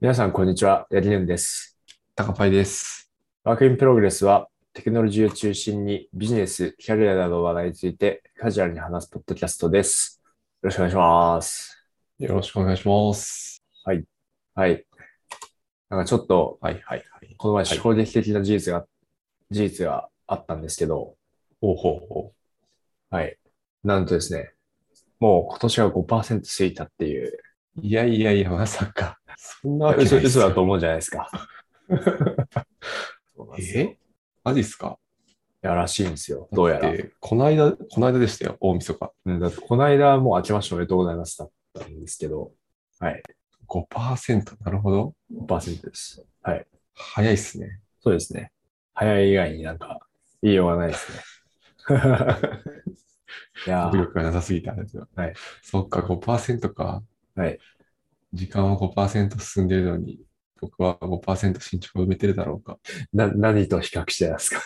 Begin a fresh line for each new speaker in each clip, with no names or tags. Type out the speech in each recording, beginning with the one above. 皆さん、こんにちは。ヤギヌンです。
タカパイです。
ワークインプログレスは、テクノロジーを中心にビジネス、キャリアなどの話題についてカジュアルに話すポッドキャストです。よろしくお願いします。
よろしくお願いします。
はい。なんかちょっと、
はいはいはい。
この前、
はい
衝撃的な事実が、事実があったんですけど、
ほうほうほ
はい。なんとですね、もう今年が5%過ぎたっていう、
う。いやいやいや、まさか。そんなわけな
嘘
いです
嘘
よ
だと思うじゃないですか。 そうなんですよ
えマジっすか
いやらしいんですよ。どうや
だ
ら
っ。てこの間、この間でしたよ、大晦日。
うん、だってこの間、もう明けましておめでとうございますだったんですけど、
5%、なるほど。
5%です。はい。
早いっすね。
そうですね。早い以外になんか言いようがないですね。 いや
努
ー
力がなさすぎたんですよ。
はい。
そっか、5%か。
はい。
時間は5%進んでるのに、僕は5%進捗を埋めてるだろうか。
な、何と比較してますか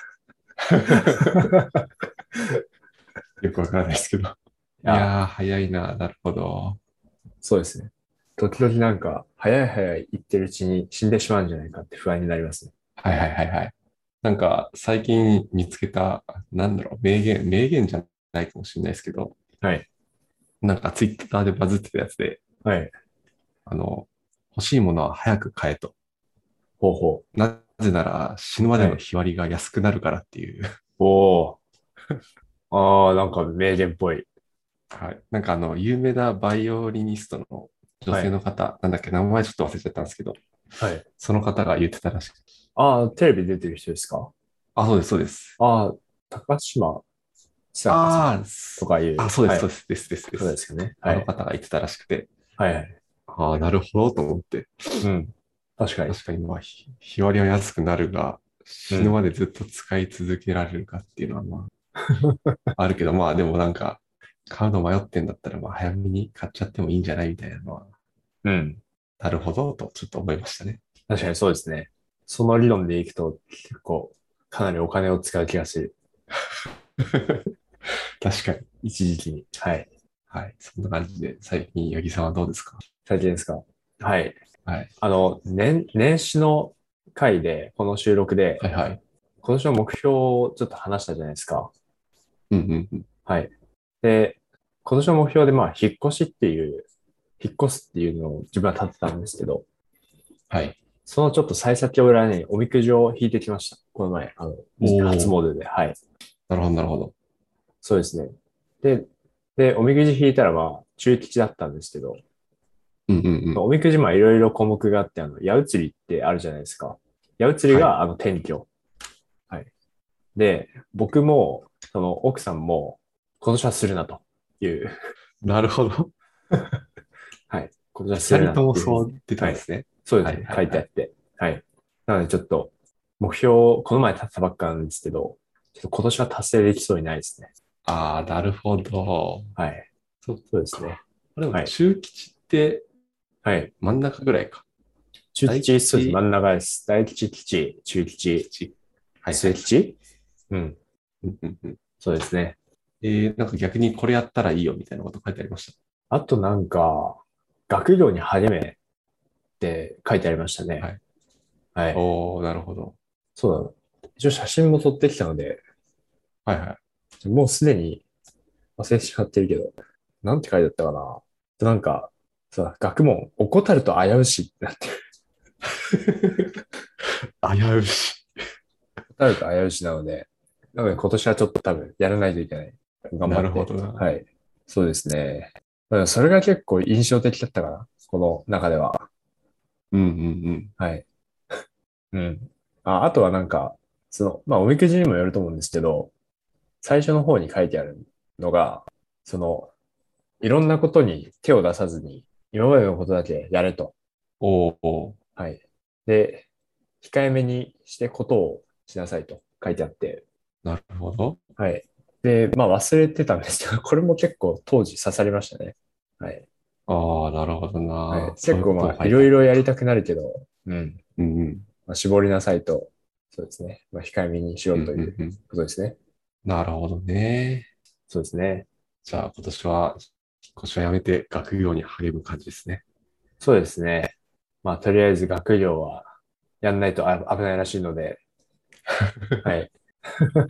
よくわからないですけど。い
いや
やー、早いな。なるほど。
そうですね。時々なんか、早い早い言ってるうちに死んでしまうんじゃないかって不安になりますね。
はいはいはいはい。なんか最近見つけた、なんだろう、名言、名言じゃないかもしれないですけど、
はい。
なんかツイッターでバズってたやつで、
はい。
あの、欲しいものは早く買えと。
ほうほ
なぜなら死ぬまでの日割りが安くなるからっていう。
う。おー。あー、なんか名言っぽい。
はい。 なんかあの、有名なバイオリニストの女性の方、なんだっけ、名前ちょっと忘れちゃったんですけど、
はい。
その方が言ってたらしくて。
あー、テレビ出てる人ですか
あ、そうです、そうです。
あー、高島久子さん
あ
と
ー
かいう。
あ、そうです、そ
は
うです、です、です、
い、
で。
そうですすよね。は
あの
い。
方が言ってたらしくて、
はいはい。
ああ、なるほどと思って。
うん。確かに。
確かに、まあ、ひ日割りは安くなるが、死ぬまでずっと使い続けられるかっていうのは、まあ、あるけど、まあ、でもなんか、買うの迷ってんだったら、まあ、早めに買っちゃってもいいんじゃないみたいなのは、
うん。
なるほどと、ちょっと思いましたね。
確かにそうですね。その理論でいくと、結構、かなりお金を使う気がする。
確かに。
一時期に。はい。
はい。そんな感じで、最近、八木さんはどうですか
最近ですかはい。
はい。
あの、年、年始の回で、この収録で、
はいはい。
今年の目標をちょっと話したじゃないですか。
うんうんうん。
はい。で、今年の目標で、まあ、引っ越しっていう、引っ越すっていうのを自分は立てたんですけど、
はい。
そのちょっと幸先を裏におみくじを引いてきました。この前、あの、
ー
初詣で。はい。
なるほど、なるほど。
そうですね。で、で、おみくじ引いたら、まあ、中吉だったんですけど、
うんうんうん。
おみくじ、まあ、いろいろ項目があって、あの、矢移りってあるじゃないですか。矢移りが、あの、転居。はい。で、僕も、その、奥さんも、今年はするなという、
なるほど。
はい。今年はす
二
るな
人とも
ってい
そう言ってたんですね。
そうですね、
はい
書いてあって。はい。なので、ちょっと、目標を、この前立てたばっかなんですけど、ちょっと今年は達成できそうにないですね。
ああ、なるほど。
はい。
そ
そうですね。
あでも
はい
中吉って
はい。
真ん中ぐらいか。
中
大
吉、
吉
そうです。真ん中です。大吉、吉、中吉、
はい
末吉うん。
うんうんうん
そうですね。
えー、なんか逆にこれやったらいいよみたいなこと書いてありまし
あとなんか、学業に励めって書いてありました
は
ね
い。
はい。
た。おおなるほど。
そうだ。一応写真も撮ってきたので、
はいはい。
もうすでに忘れてしまってるけど、なんて書いてあったかな。なんか、そうだ学問、怠ると危うしってなってる、
危うし。
怠ると危うしなので、なので今年はちょっと多分やらないといけない。頑張って。
なるほどな。
はい。そうですね。まあそれが結構印象的だったかな。この中では。
うんうん
はい。うん。ああとはなんか、その、まあ、おみくじにもよると思うんですけど、最初の方に書いてあるのが、その、いろんなことに手を出さずに、今までのことだけやれと。
うん。おお
はい。で、控えめにしてことをしなさいと書いてあって、
なるほど。
はい。で、まあ忘れてたんですけど、 これも結構当時刺さりましたね。はい。
ああ、なるほどな。
はい、結
そうう
構
こと
まあ、
書
いろい
ろ。
ろやりたくなるけど、うん。
うんうん。
まあ、絞りなさいと、そうですね。まあ、控えめにしようと
うん
いう
うんうん
ことですね。
なるほどね。
そうですね。
じゃあ今年は、引っ越しはやめて学業に励む感じですね。
そうですね。まあ、とりあえず学業はやんないとあ危ないらしいの で、はい。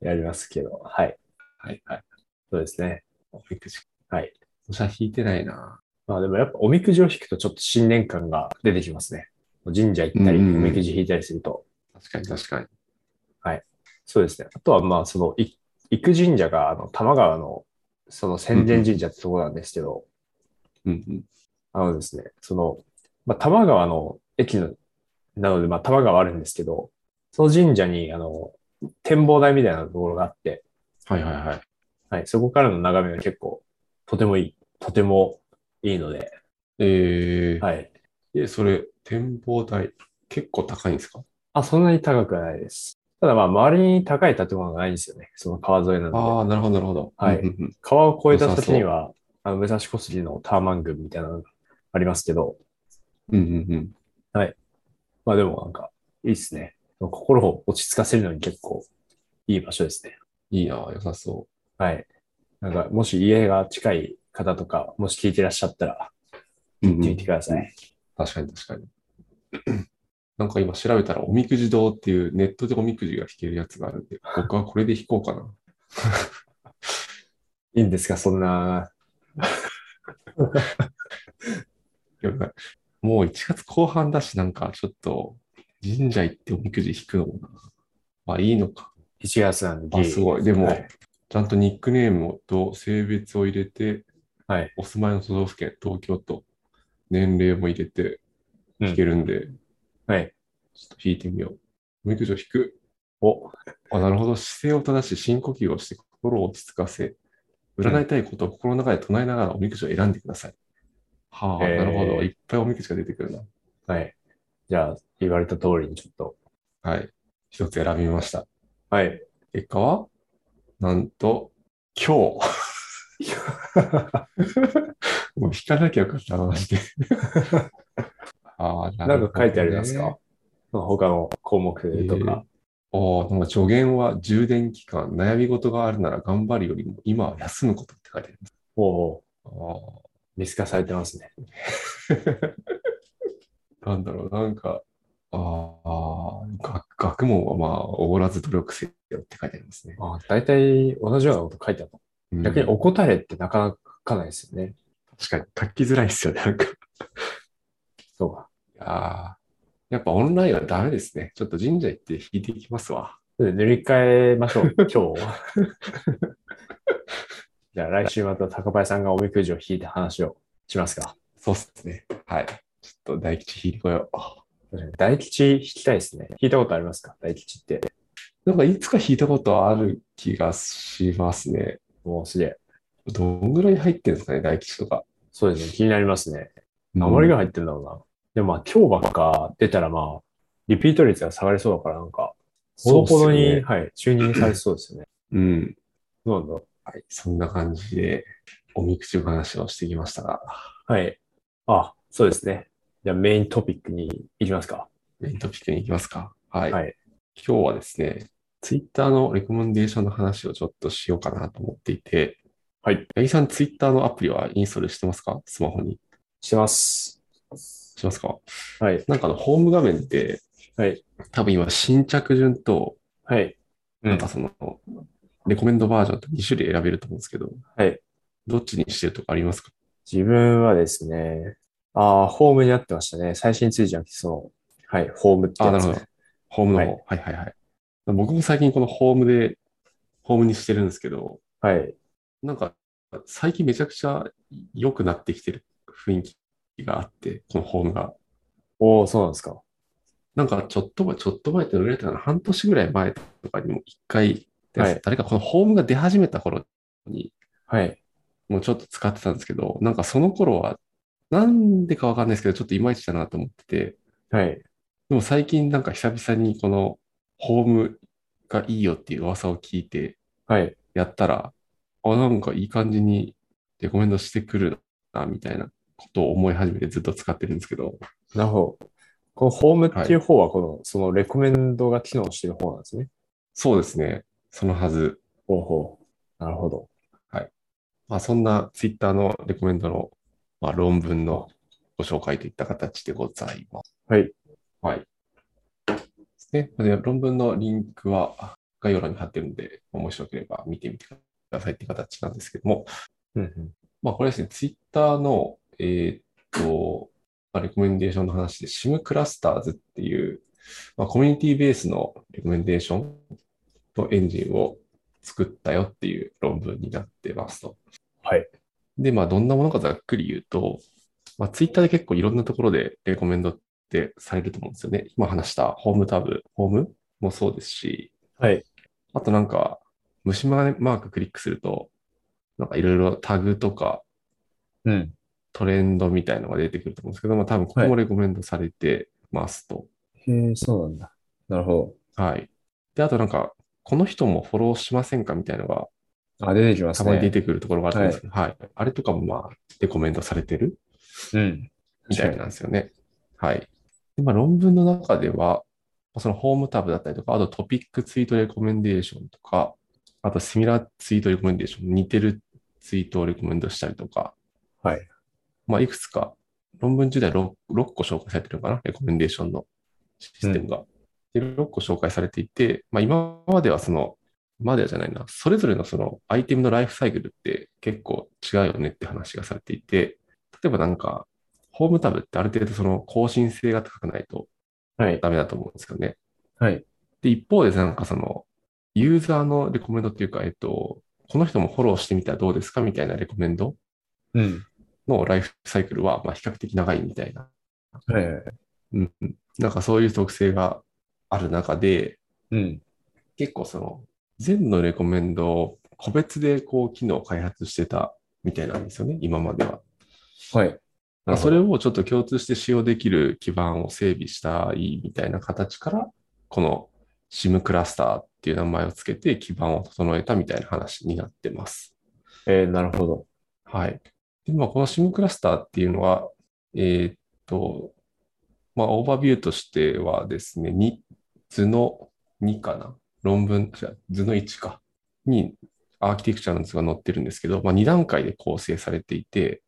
やりますけど、はい。
はいはい。
そうですね。
おみくじ。
はい。
おしゃ引いてないな。
まあでもやっぱおみくじを引くとちょっと新年感が出てきますね。神社行ったり、お
うんうん
みくじ引いたりすると。
確かに確かに。
そうですね。あとはまあその、い行く神社があの、玉川のその戦前神社ってとこなんですけど、
うんうん。
あのですね、その、まあ、多摩川の駅の、なので、まあ、多摩川あるんですけど、その神社に、あの、展望台みたいなところがあって、
はいはいはい。
はい、そこからの眺めが結構、とてもいい、とてもいいので、
えー、
はい。
え、それ、展望台、結構高いんですか
あ、そんなに高くはないです。ただ、まあ、周りに高い建物がないんですよね。その川沿いなので。
ああ、なるほど、なるほど。
はい
うんうんうん
川を越えた先には、あの、武蔵小杉のターマン群みたいなのがありますけど、
うんうんうん。
まあ、でもなんか、いいですね。心を落ち着かせるのに結構、いい場所ですね。
いいな、良さそ
はい。なんか、もし家が近い方とか、もし聞いてらっしゃったら、
う。うん
聞いてください。
確かに確かに。 なんか今調べたら、おみくじ堂っていうネットでおみくじが引けるやつがある んで、僕はこれで引こうかな。
いいんですか、そんな。
やばいもう1月後半だし、なんかちょっと神社行っておみくじ引くのもな。まあいいのか。
1月なんで。
あ、すごい。でも、
はい
ちゃんとニックネームと性別を入れて、
はい
お住まいの都道府県、東京都、年齢も入れて
うん
引けるんで、
はい。
ちょっと引いてみよう。おみくじを引く。
お、
あ、なるほど。姿勢を正し、深呼吸をして心を落ち着かせ、占いたいことを心の中で唱えながらおみくじを選んでください。はあ、
へえ
なるほど。いっぱいおみくじが出てくるな。
はい。じゃあ、言われた通りにちょっと。
はい。一つ選びました。
はい。
結果はなんと、今日。 もう引かなきゃよかったな、マジ で。ああ、
なんか書いてあり
な
ま
るほどね
すか、その他の項目とか。
おーなんか助言は充電期間、悩み事があるなら頑張るよりも今は休むことって書いてあります。
おう
あー
見透かされてますね。
なんだろう、なんか、ああ、学学問はまあ、おごらず努力せよって書いてありますね。
あ大体同じようなこと書いてあるの。
うん
逆にお答えってなかなか書かないですよね。
確かに書きづらいですよね、 なんか。い
そうか。
やーやっぱオンラインはダメですね。ちょっと神社行って引いていきますわ。
塗り替えま しょう、今日。 じゃあ来週また高林さんがおみくじを引いた話をしますか。
そうっすね。はい。ちょっと大吉引いてこよ
大吉引きたいですね。引いたことありますか大吉って。
う。なんかいつか引いたことある気がしますね。
もうすげえ。
どんぐらい入ってるんですかね、大吉とか。
そうですね。気になりますね。何割ぐらい入ってるんだろうな。でもまあ今日ばっか出たらまあ、リピート率が下がりそうだからなんか、
そ
ほ
うっすよね
どほどに、はい、注入されそうですよね。
うん。
どうなんだろ
はい。そんな感じで、おみくじ話をしてきましたが、
う。はい。あ、そうですね。じゃあメイントピックに行きますか。
メイントピックに行きますか。はい。
はい
今日はですね、ツイッターのレコメンデーションの話をちょっとしようかなと思っていて、
はい。
八木さん、ツイッターのアプリはインストールしてますかスマホに。
してます。
しますか
はい。
なんかあの、ホーム画面って、
はい。
多分今、新着順と、
はい。うん
なんかその、レコメンドバージョンと2種類選べると思うんですけど、
はい。
どっちにしてるとかありますか
自分はですね、ああ、ホームになってましたね。最新追じゃなくて、その、はい、ホームって
あ、
や
な
つ
るほど。ホームの方。はい、はい、はい。僕も最近このホームで、ホームにしてるんですけど、
はい。
なんか最近めちゃくちゃ良くなってきてる雰囲気があって、このホームが。
おおそうなんですか。
なんかちょっと前、ちょっと前って売れたの半年ぐらい前とかにも一回、
はい
誰かこのホームが出始めた頃に
はい。
もうちょっと使ってたんですけど、なんかその頃はなんでかわかんないですけど、ちょっといまいちだなと思ってて、
はい。
でも最近なんか久々にこのホームがいいよっていう噂を聞いて
はい。
やったら、あ、なんかいい感じにレコメンドしてくるな、みたいなことを思い始めてずっと使ってるんですけど、
なるほど。このホームっていう方は、この、その、レコメンドが機能してる方なんですね。
そうですね。そのはず。
ほうほう。なるほど。
まあそんなツイッターのレコメンドの、まあ、論文のご紹介といった形でございます。
はい。
はい。ですね。で論文のリンクは概要欄に貼ってるので、もしよければ見てみてくださいって形なんですけども、
うん
まあ、これですね、ツイッターの、えーっと、まあレコメンデーションの話で、SIM クラスターズっていう、まあ、コミュニティベースのレコメンデーションとエンジンを作ったよっていう論文になってますと。
はい。
で、まあ、どんなものかざっくり言うと、まあ、ツイッターで結構いろんなところでレコメンドってされると思うんですよね。今話したホームタブ、ホームもそうですし、
はい。
あとなんか、虫眼鏡マーククリックすると、なんかいろいろタグとか、
うん。
トレンドみたいのが出てくると思うんですけど、まあ、多分ここもレコメンドされてますと。
へえ、そうなんだ。なるほ
はい。で、あとなんか、この人もフォローしませんかみたいのが、
ど。あ、出てきます
た
ね。
まに出てくるところがあるんですけど、はい、あれとかもまあ、レコメンドされてる
うん。
みたいなんですよね。はい。で、まあ、論文の中では、そのホームタブだったりとか、あとトピックツイートレコメンデーションとか、あとシミラーツイートレコメンデーション、似てるツイートをレコメンドしたりとか、
はい。
まあ、いくつか、論文中では 6, 6個紹介されてるのかな、レコメンデーションのシステムが。で、6個紹介されていて、まあ、今まではその、今まではじゃないな、それぞれのそのアイテムのライフサイクルって結構違うよねって話がされていて、例えばなんか、ホームタブってある程度その更新性が高くないと
はい。
ダメだと思うんですよね。
はい。
で、一方でなんかその、ユーザーのレコメンドっていうか、えっと、この人もフォローしてみたらどうですかみたいなレコメンド
うん。
のライフサイクルはまあ比較的長いみたいな、
はいはい。
うんうん、なんかそういう特性がある中で、
うん。
結構その、全のレコメンドを個別でこう機能を開発してたみたいなんですよね、今までは。
はい。
まあそれをちょっと共通して使用できる基盤を整備したいみたいな形から、この SIM クラスターっていう名前をつけて基盤を整えたみたいな話になってます。
えー、なるほど。
はい。で、まあ、この SIM クラスターっていうのは、えーっと、まあ、オーバービューとしてはですね、に図の2かな。論文、違う図の1か。に、アーキテクチャの図が載ってるんですけど、まあ、2段階で構成されていて、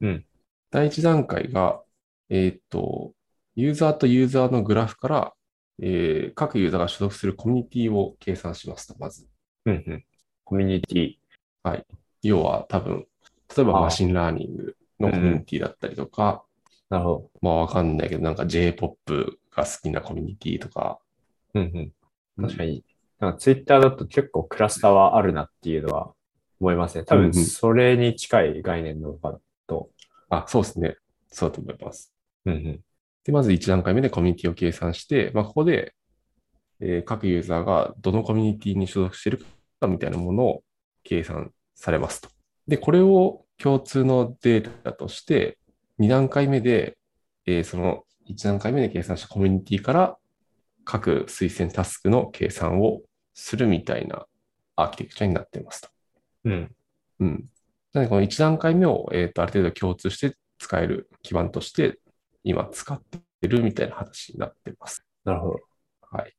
うん
第1段階が、えーっと、ユーザーとユーザーのグラフから、えー各ユーザーが所属するコミュニティを計算しますと、まず。
うんうん。コミュニティ。
要は多分、例えば
ああ
マシンラーニングのコミュニティだったりとか、
なるほど。
まあわかんないけど、なんか J-POP が好きなコミュニティとか、
うんうん。確かに。なんかツイッターだと結構クラスターはあるなっていうのは思いますね。多
うんう
分
ん
それに近い概念なのかと。
あ、そうですね。そうだと思います。
うんうん。
で、まず1段階目でコミュニティを計算して、まあ、ここで、えー各ユーザーがどのコミュニティに所属しているかみたいなものを計算されますと。で、これを共通のデータとして、2段階目で、えーその1段階目で計算したコミュニティから各推薦タスクの計算をするみたいなアーキテクチャになっていますと。
うん。
うん。なので、この1段階目を、えーと、ある程度共通して使える基盤として、今使ってるみたいな話になってます。
なるほど。
はい。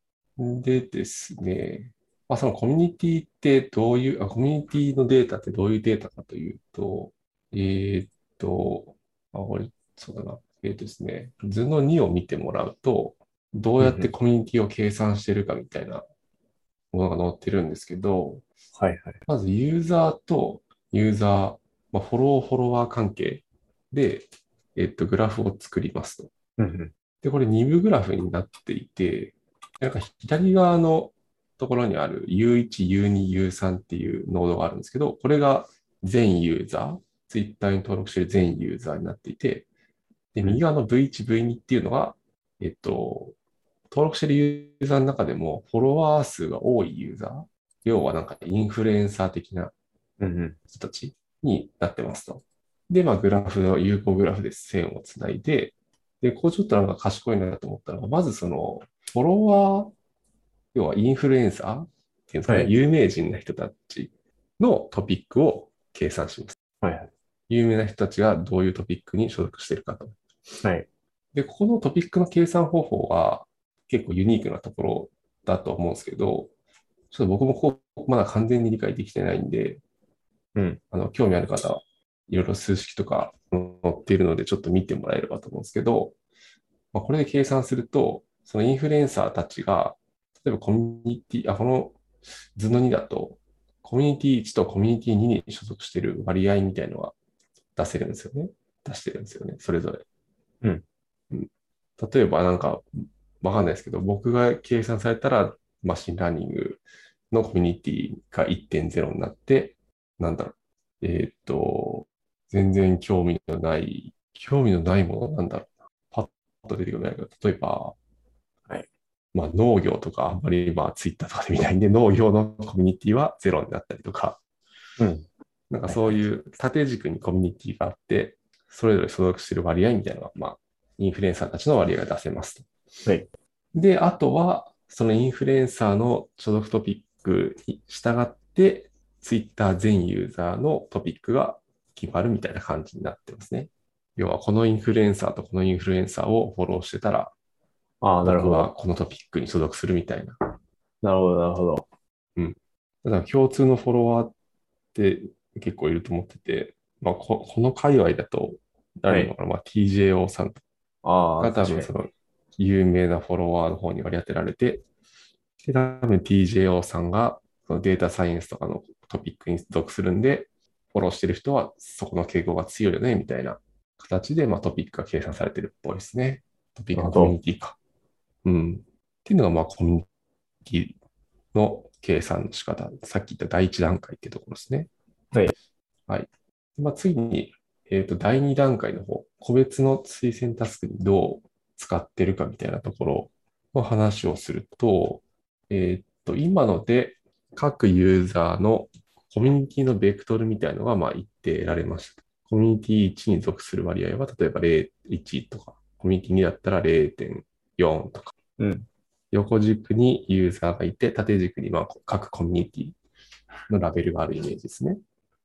でですね、まあ、そのコミュニティってどういうあ、コミュニティのデータってどういうデータかというと、えーっと、あ、これ、そうだな。えーっとですね、図の2を見てもらうと、どうやってコミュニティを計算してるかみたいなものが載ってるんですけど、
はいはい。
まずユーザーとユーザー、まあ、フォロー、フォロワー関係で、えっと、グラフを作りますと。
うんうん。
で、これ2部グラフになっていて、なんか左側のところにある U1、U2、U3 っていうノードがあるんですけど、これが全ユーザー、Twitter に登録している全ユーザーになっていて、で、右側の V1、V2 っていうのが、えっと、登録しているユーザーの中でもフォロワー数が多いユーザー、要はなんかインフルエンサー的な
うんうん。
人たちになってますと。で、まあ、グラフの、有効グラフで線をつないで、で、こうちょっとなんか賢いなと思ったのが、まずその、フォロワー、要はインフルエンサーっていうんですかね、
はい
有名人な人たちのトピックを計算します。
はいはい。
有名な人たちがどういうトピックに所属しているかと。
はい。
で、ここのトピックの計算方法は結構ユニークなところだと思うんですけど、ちょっと僕もここまだ完全に理解できてないんで、
うん
あの興味ある方はいろいろ数式とか載っているので、ちょっと見てもらえればと思うんですけど、まあ、これで計算すると、そのインフルエンサーたちが、例えばコミュニティ、あ、この図の2だと、コミュニティ1とコミュニティ2に所属している割合みたいのは出せるんですよね。出してるんですよね、それぞれ。
うん
うん。例えばなんか、わかんないですけど、僕が計算されたら、マシンラーニングのコミュニティが1.0になって、なんだろう。えーっと、全然興味のない、興味のないものなんだろうな。パッと出てこないけど、例えば、
はい。
まあ農業とか、あんまりまあツイッターとかで見ないんで、農業のコミュニティはゼロになったりとか、
うん。
なんかそういう縦軸にコミュニティがあって、それぞれ所属している割合みたいなのが、まあ、インフルエンサーたちの割合が出せますと。
はい。
で、あとは、そのインフルエンサーの所属トピックに従って、Twitter 全ユーザーのトピックが決まるみたいな感じになってますね。要は、このインフルエンサーとこのインフルエンサーをフォローしてたら、
ああ、なるほ
僕は
ど。
このトピックに所属するみたいな。
なるほど、なるほど。
だから共通のフォロワーって結構いると思ってて、まあ、ここの界隈だと、誰のかな、まあ、TJO さんと
あ
か
あ、
多
確か
分
に
その有名なフォロワーの方に割り当てられて、で、多分 TJO さんがそのデータサイエンスとかのトピックに属するんで、フォローしてる人はそこの傾向が強いよね、みたいな形で、まあ、トピックが計算されてるっぽいですね。トピックのコミュニティか。うん。っていうのが、まあ、コミュニティの計算の仕方。さっき言った第一段階ってところですね。
はい。
はい。まあ、次に、えっ、と、第2段階の方、個別の推薦タスクにどう使ってるかみたいなところの話をすると、えっ、と、今ので各ユーザーのコミュニティのベクトルみたいのが、まあ、一定得られました。コミュニティ1に属する割合は、例えば0.1とか、コミュニティ2だったら0.4とか、
うん
横軸にユーザーがいて、縦軸にまあ各コミュニティのラベルがあるイメージですね。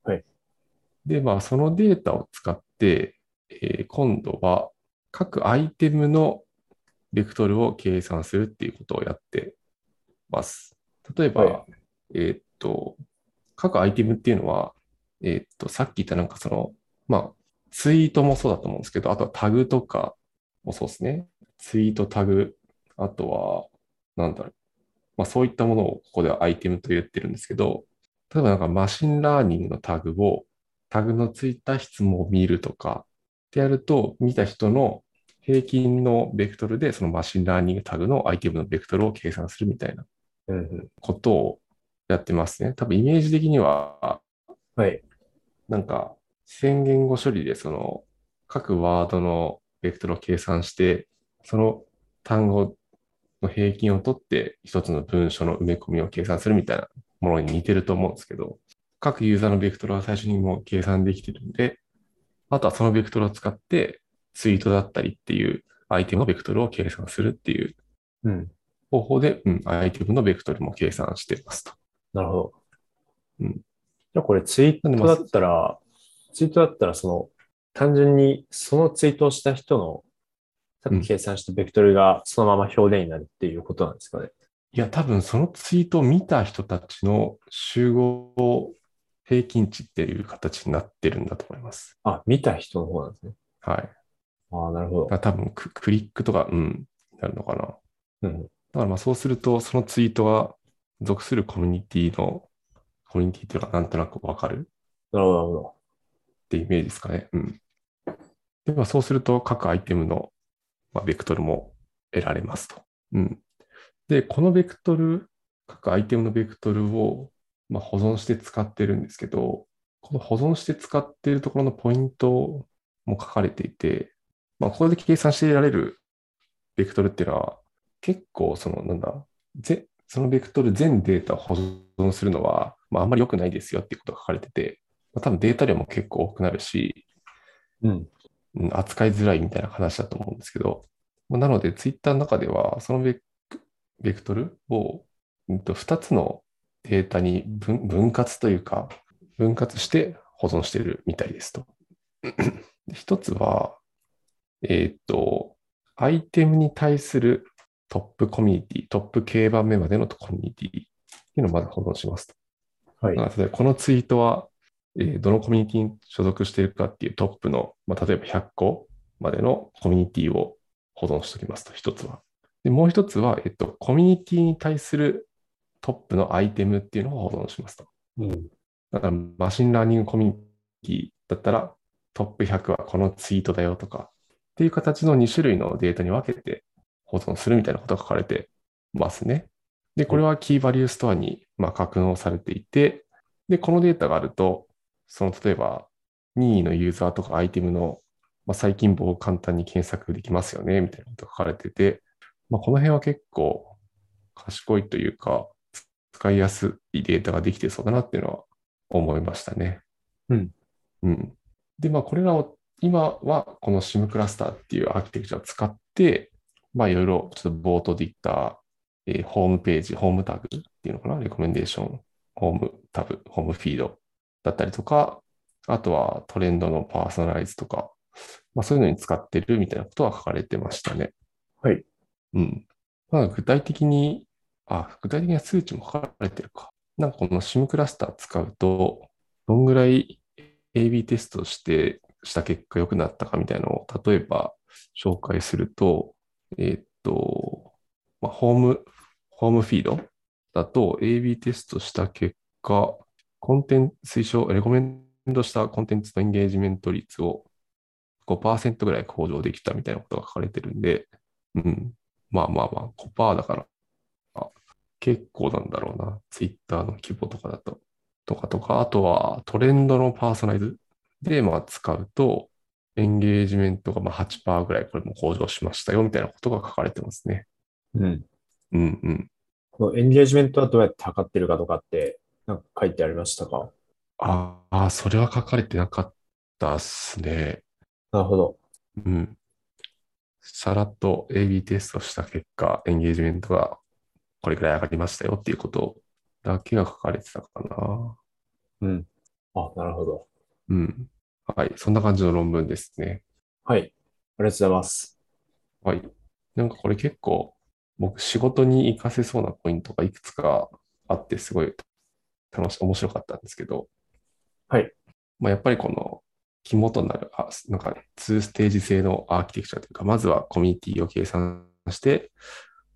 はい。
で、まあ、そのデータを使って、えー今度は各アイテムのベクトルを計算するっていうことをやってます。例えば、
は
えーっと、各アイテムっていうのは、えーっと、さっき言ったなんかその、まあ、ツイートもそうだと思うんですけど、あとはタグとかもそうですね。ツイート、タグ、あとは、なんだろう。まあ、そういったものをここではアイテムと言ってるんですけど、例えばなんかマシンラーニングのタグを、タグのついた質問を見るとか、ってやると、見た人の平均のベクトルで、そのマシンラーニングタグのアイテムのベクトルを計算するみたいな
うんうん。
ことをやってますね。多分イメージ的には、
はい。
なんか、宣言語処理で、その、各ワードのベクトルを計算して、その単語の平均を取って、一つの文章の埋め込みを計算するみたいなものに似てると思うんですけど、各ユーザーのベクトルは最初にもう計算できてるんで、あとはそのベクトルを使って、ツイートだったりっていうアイテムのベクトルを計算するっていう
うん。
方法で、うん、アイテムのベクトルも計算してますと。
なるほど。
うん
じゃあこれツイートだったら、ツイートだったらその、単純にそのツイートをした人の、多分計算したベクトルがそのまま表現になるっていうことなんですかね。
いや、多分そのツイートを見た人たちの集合平均値っていう形になってるんだと思います。
あ、見た人の方なんですね。
はい。だか
ああ、なるほど。
ら多分ククリックとか、うん、なるのかな。だか
うん。
らまあそうすると、そのツイートが属するコミュニティの、コミュニティっていうのがなんとなくわかる
なるほど、なるほど。
ってイメージですかね。うん。で、まあそうすると各アイテムの、まあ、ベクトルも得られますと。うん。で、このベクトル、各アイテムのベクトルを、まあ、保存して使ってるんですけど、この保存して使ってるところのポイントも書かれていて、まあ、ここで計算して得られるベクトルっていうのは、結構その、なんだ、ぜそのベクトル全データを保存するのは、まあ、あんまり良くないですよっていうことが書かれてて、まあ、多分データ量も結構多くなるし、
うん。
うん扱いづらいみたいな話だと思うんですけど、まあなので、ツイッターの中では、そのベクベクトルを、うん、と2つのデータに分分割というか、分割して保存しているみたいですと。 で一つは、えーっと、アイテムに対するトップコミュニティ、トップ競番目までのコミュニティっていうのをまず保存しますと。
はい。
まあ例えばこのツイートはえーどのコミュニティに所属しているかっていうトップの、まあ、例えば100個までのコミュニティを保存しておきますと、一つは。でもう一つは、えっと、コミュニティに対するトップのアイテムっていうのを保存しますと。
うん。
だからマシンラーニングコミュニティだったらトップ100はこのツイートだよとかっていう形の2種類のデータに分けて保存するみたいなことが書かれてますね。で、これはキーバリューストアにまあ格納されていて、で、このデータがあると、その例えば任意のユーザーとかアイテムのまあ最近棒を簡単に検索できますよねみたいなことが書かれてて、まあ、この辺は結構賢いというか、使いやすいデータができてそうだなっていうのは思いましたね。
うん。
うん。で、まあ、これらを、今はこの SIM クラスターっていうアーキテクチャを使って、まあ、いろいろちょっと冒頭で言った、えーホームページ、ホームタグっていうのかな、レコメンデーション、ホームタブ、ホームフィードだったりとか、あとはトレンドのパーソナライズとか、まあ、そういうのに使ってるみたいなことは書かれてましたね。
はい。
うん。まあ、具体的に、あ、具体的な数値も書かれてるか。なんかこの SIM クラスター使うと、どんぐらい AB テストして、した結果良くなったかみたいなのを、例えば紹介すると、えーっと、まあ、ホーム、ホームフィードだと AB テストした結果、コンテンツ推奨、レコメンドしたコンテンツのエンゲージメント率を5%ぐらい向上できたみたいなことが書かれてるんで、うん。まあまあまあ、5%だから、あ結構なんだろうな。ツイッターの規模とかだと。とかとか、あとはトレンドのパーソナイズで、まあ、使うと、エンゲージメントがまあ8%ぐらいこれも向上しましたよみたいなことが書かれてますね。
うん。
うんうん。
このエンゲージメントはどうやって測ってるかとかって、なんか書いてありましたか
ああ、それは書かれてなかったっすね。
なるほど。
うん。さらっと AB テストした結果、エンゲージメントがこれくらい上がりましたよっていうことだけが書かれてたかな。
うん。あ、なるほど。
うん。はい。そんな感じの論文ですね。
はい。ありがとうございます。
はい。なんかこれ結構、僕仕事に活かせそうなポイントがいくつかあって、すごい楽し、面白かったんですけど。
はい。
まあやっぱりこの肝となる、あ、なんかね、2ステージ制のアーキテクチャというか、まずはコミュニティを計算して、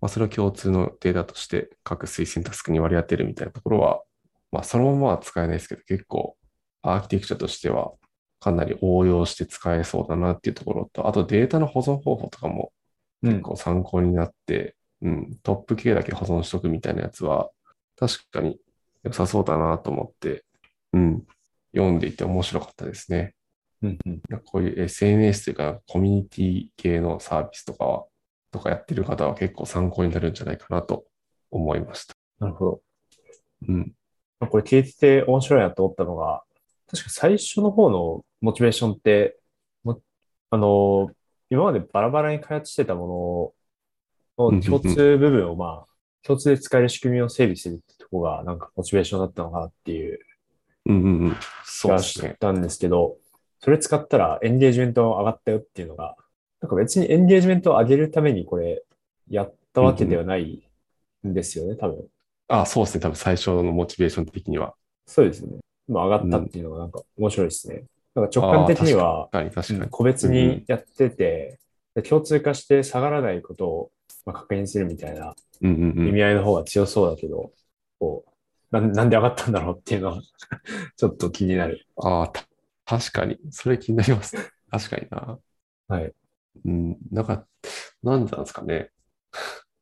まあそれを共通のデータとして各推薦タスクに割り当てるみたいなところは、まあそのままは使えないですけど、結構アーキテクチャとしてはかなり応用して使えそうだなっていうところと、あとデータの保存方法とかも
うん。
こう参考になって、うん、トップ系だけ保存しとくみたいなやつは、確かに良さそうだなと思って、うん、読んでいて面白かったですね。
うん。うん。
なんかこういう SNS というか、コミュニティ系のサービスとかは、とかやってる方は結構参考になるんじゃないかなと思いました。
なるほど。
うん。
これ聞いてて面白いなと思ったのが、確か最初の方のモチベーションって、もあの、今までバラバラに開発してたもの
うんうんう
の共
ん
通部分をまあ、共通で使える仕組みを整備するってとこがなんかモチベーションだったのかなっていう
うんうんうん。
気
そう
が
です
し
ね。
たんですけど、それ使ったらエンゲージメントが上がったよっていうのが、なんか別にエンゲージメントを上げるためにこれやったわけではないんですよね、多分。
あ、そうですね。多分最初のモチベーション的には。
そうですね。今上がったっていうのがなんか面白いですね。なんか直感的には、
確かに確かに。
個別にやってて、で共通化して下がらないことをまあ確認するみたいな
うんうん
意
うん。
味合いの方が強そうだけど、こうなんなんで上がったんだろうっていうのは ちょっと気になる。
ああ、た確かに。それ気になり ます。確かにな。
はい。
うん、なんか、なんなんですかね。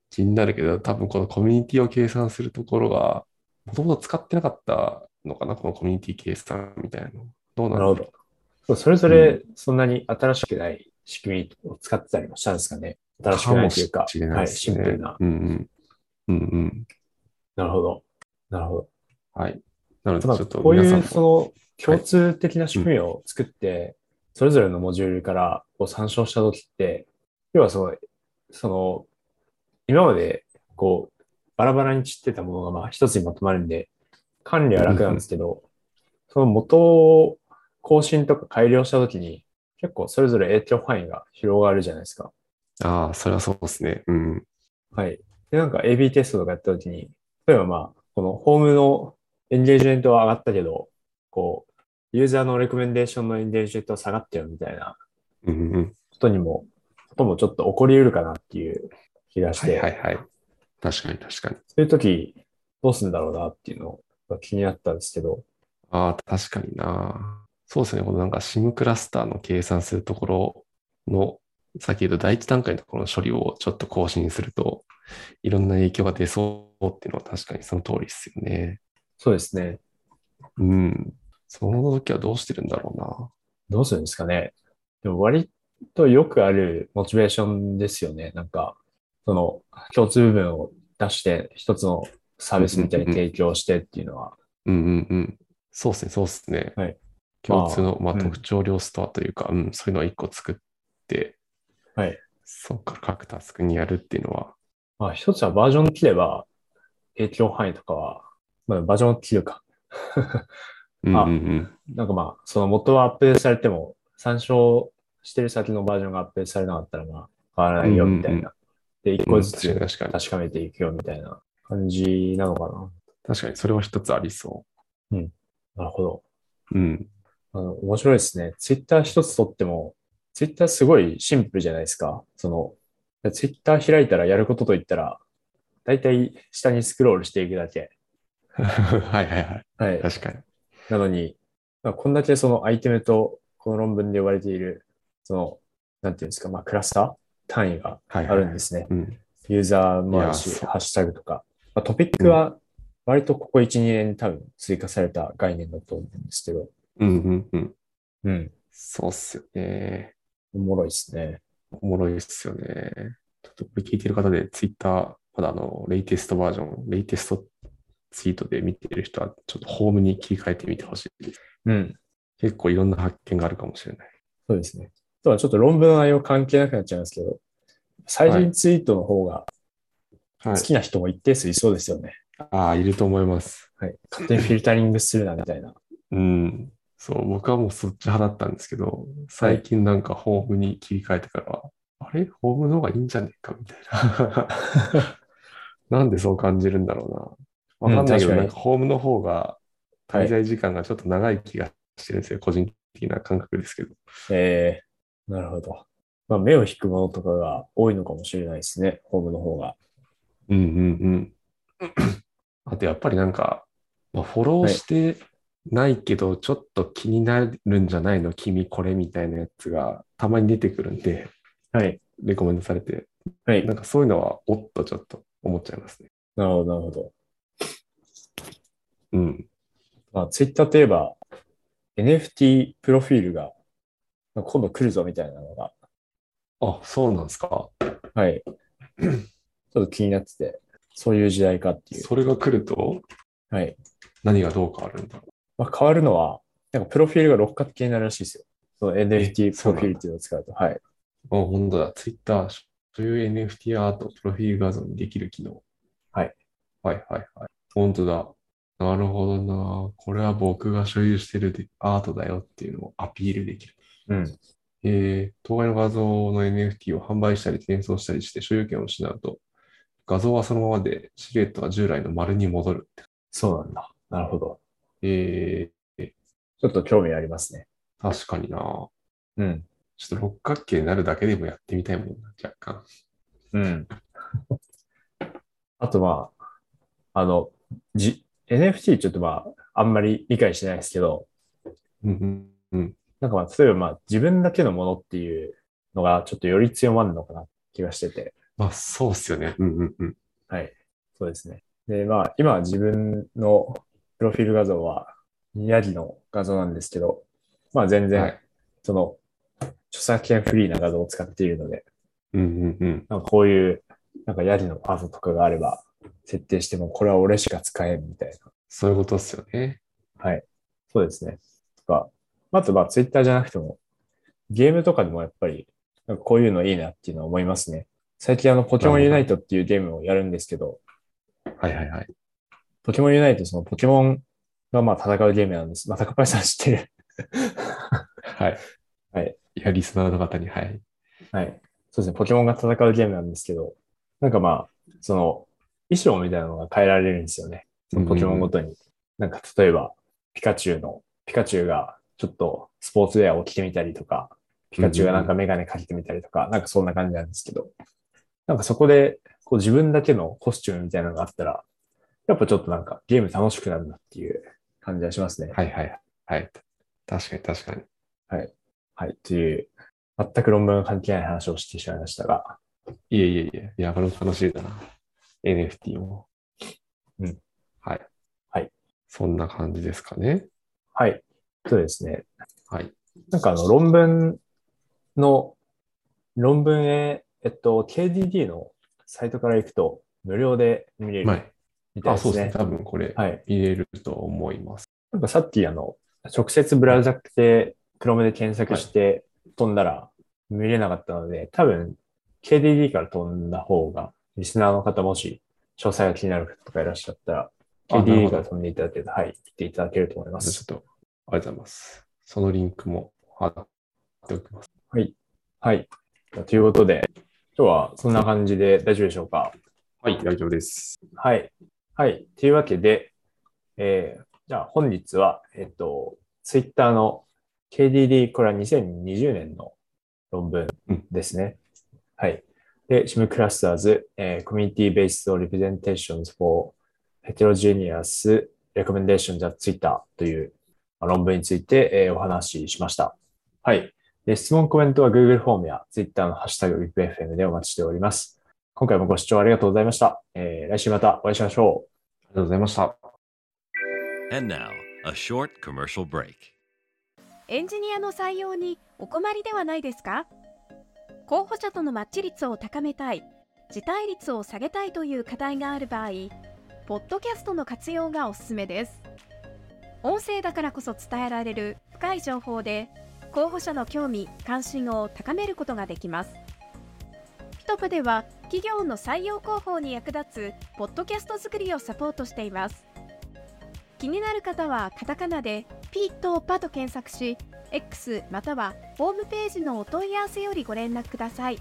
気になるけど、多分このコミュニティを計算するところが、もともと使ってなかったのかな、このコミュニティ計算みたいなの。どうなんだろう。
なるそうそれぞれそんなに新しくない仕組みを使ってたりもしたんですかね。新しくないというか、
もしれない
は
で
い、
す
シンプルな。
ね。うんうん。うんうん。
なるほど。なるほど。
はい。なので、ち
ま
ょ
あ
っと
こう
皆
い
さん
う
も
その共通的な仕組みを作って、それぞれのモジュールからこう参照したときって、要はその、その、今までこう、バラバラに散ってたものがまあ一つにまとまるんで、管理は楽なんですけど、その元を更新とか改良したときに、結構それぞれ影響範囲が広がるじゃないですか。
ああ、それはそうですね。うん。
はい。で、なんか AB テストとかやったときに、例えばまあ、このホームのエンゲージメントは上がったけど、こう、ユーザーのレコメンデーションのインデリジェントは下がってよみたいな
うんうん。
ことにも、こともちょっと起こり得るかなっていう気がし
はい
て、
はいはい。確かに確かに。
そういう時どうするんだろうなっていうのが気になったんですけど、
ああ、確かにな。そうですね。このなんか SIM クラスターの計算するところの、さっき言った第一段階のところの処理をちょっと更新すると、いろんな影響が出そうっていうのは確かにその通りですよね。
そうですね。
うん。その時はどうしてるんだろうな。
どうするんですかね。でも割とよくあるモチベーションですよね。なんか、その共通部分を出して一つのサービスみたいに提供してっていうのは。
うんうんうん。そうですね、そうですね。
はい
共通の、まあ
うん
特徴量ストアというか、うん、そういうのを一個作って、
はい。
そこから各タスクにやるっていうのは、
まあ一つはバージョン切れば影響範囲とかは、まあバージョン切るか。
うん
あ
うんうん。
なんかまあ、その元はアップデートされても、参照してる先のバージョンがアップデートされなかったら、まあ、変わらないよみたい
うんうん
な。で、一個ず
うん
つ
確かに確かに。
確かめていくよみたいな感じなのか
確かに、それは一つありそ
な。なるほど。
う。 うん。
あの、面白いですね。ツイッター一つ取っても、ツイッターすごいシンプルじゃないですか。その、ツイッター開いたらやることといったら、だいたい下にスクロールしていくだけ。
はいはいはい。
はい。
確かに。
なのに、まあ、こんだけそのアイテムとこの論文で言われている、その、なんていうんですか、まあ、クラスター単位が
はい、はい。
あるんですね。
うん。
ユーザーもある
いや
し、
そう
ハッシュタグとか。まあ、トピックは割とここ1、2年に多分追加された概念だと思うんですけど、
うんうんうん。
うん、
そうっすよね。
おもろいですね。
おもろいっすよね。ちょっとこれ聞いてる方で、ツイッター、まだあの、レイテストバージョン、レイテストツイートで見てる人は、ちょっとホームに切り替えてみてほしいです。
うん、
結構いろんな発見があるかもしれない。
そうですね。あとはちょっと論文の内容関係なくなっちゃいますけど、最
は
近
い
ツイートの方が好
はい。
きな人も一定数いそうですよね。
ああ、いると思います。
はい。勝手にフィルタリングするな、みたいな。
うん。そう、僕はもうそっち派だったんですけど、最近なんかホームに切り替えてから、あれホームの方がいいんじゃねえかみたいな。 なんでそう感じるんだろうな。わかんないけど、
うん確かに
なんかホームの方が
はい
滞在時間がちょっと長い気がしてるんですよ。個人的な感覚ですけど。
ええなるほど。まあ、目を引くものとかが多いのかもしれないですね、ホームの方が。
うんうんうん。 あとやっぱりなんか、まあ、フォローしてないけど、ちょっと気になるんじゃないの君これみたいなやつがたまに出てくるんで、
はい。
レコメンドされて、
はい。
なんかそういうのは、おっとちょっと思っちゃいますね。
なるほど、なるほど。
うん。
まあ、ツイッターといえば、NFT プロフィールが、まあ今度来るぞみたいなのが、
あ、そうなんですか。
はい。ちょっと気になってて、そういう時代かっていう。
それが来ると
はい。
何がどう変わるんだろ
まあ、変わるのは、なんかプロフィールが六角形になるらしいですよ。その NFT プ
そう
ロ
な
フ
ん
ィールっ
だ
ていうのを使うと。はい。
う。あ、本当だ。Twitter、所有 NFT アート、プロフィール画像にできる機能。
はい。
はいはいはい。本当だ。なるほどな。これは僕が所有してるでアートだよっていうのをアピールできる。
うん。
えー、当該の画像の NFT を販売したり転送したりして所有権を失うと、画像はそのままで、シルエットは従来の丸に戻る。
そうなんだ。なるほど。
え
ちょっと興味ありますね。
ー、確かにな。ちょ
うん。
っと六角形になるだけでもやってみたいもんな、若干。
うん。あとまあ、あの、じ、NFT ちょっとまあ、あんまり理解してないですけど、
うんうんうん。
なんかまあ、例えばまあ、自分だけのものっていうのがちょっとより強まるのかなって気がしてて、
まあ、そうっすよね。うんうんうん。
はい。そうですね。で、まあ、今は自分のプロフィール画像は、ニヤリの画像なんですけど、まあ全
は
然
い、
その、著作権フリーな画像を使っているので、
うんうんうん。
なんかこういう、なんかヤリのアートとかがあれば、設定してもこれは俺しか使えんみたいな。
そういうことっすよね。
はい。そうですね。とか、あとまあツイッターじゃなくても、ゲームとかでもやっぱり、なんかこういうのいいなっていうのは思いますね。最近あの、ポケモンユナイトっていうゲームをやるんですけど、
はいはいはい。
ポケモンユナイトそのポケモンがまあ戦うゲームなんです。まあ、高橋さん知ってる。
はい。
はい。
いや、リスナーの方に、はい。
はい。そうですね。ポケモンが戦うゲームなんですけど、なんかまあ、その、衣装みたいなのが変えられるんですよね。そのポケモンごとに。なんか例えば、ピカチュウの、ピカチュウがちょっとスポーツウェアを着てみたりとか、ピカチュウがなんかメガネかけてみたりとか、なんかそんな感じなんですけど、なんかそこでこう自分だけのコスチュームみたいなのがあったら、やっぱちょっとなんかゲーム楽しくなるなっていう感じがしますね。
はいはいはい。確かに確かに。
はい。という、全く論文が関係ない話をしてしまいましたが、
いえいえいえ。いや、これも楽しみだな。NFT も。
うん。
はい。
はい。
そんな感じですかね。
はい。そうですね。
はい。
なんかあの論文の、論文へ、えっと、KDD のサイトから行くと無料で見れ
は
る
い。
みたい
あ、
で
そう
す
ですね。
ね。
多分これ、
はい。
見れると思います。
なんかさっきあの、直接ブラウザで Chrome で検索して飛んだら見れなかったので、多分 KDD から飛んだ方が、リスナーの方もし詳細が気になる方とかいらっしゃったら、
あなる
KDD
ほど
から飛んでいただけると、はい、見ていただけると思いま
ちょっ
す。
と、ありがとうございます。そのリンクも貼っておきます。
はい。ということで、今日はそんな感じで大丈夫でしょうか
はい、大丈夫です。
はい。はい。というわけで、えーじゃあ本日は、えっと、ツイッターの KDD、これは2020年の論文ですね。はい。で、SIM クラスターズ、えー、Community Based Representations for Heterogeneous Recommendations at Twitter というまあ論文について、えーお話ししました。はい。で、質問、コメントは Google フォームや Twitter のハッシュタグ WIPFM でお待ちしております。今回もご視聴ありがとうございました。えー来週またお会いしましょう。
ありがとうございました。
And now, a short commercial break.
エンジニアの採用にお困りではないですか候補者とのマッチ率を高めたい、辞退率を下げたいという課題がある場合、ポッドキャストの活用がおすすめです。音声だからこそ伝えられる深い情報で、候補者の興味・関心を高めることができます。ピトプでは企業の採用広報に役立つポッドキャスト作りをサポートしています。気になる方はカタカナでピとパと検索し、X またはホームページのお問い合わせよりご連絡ください。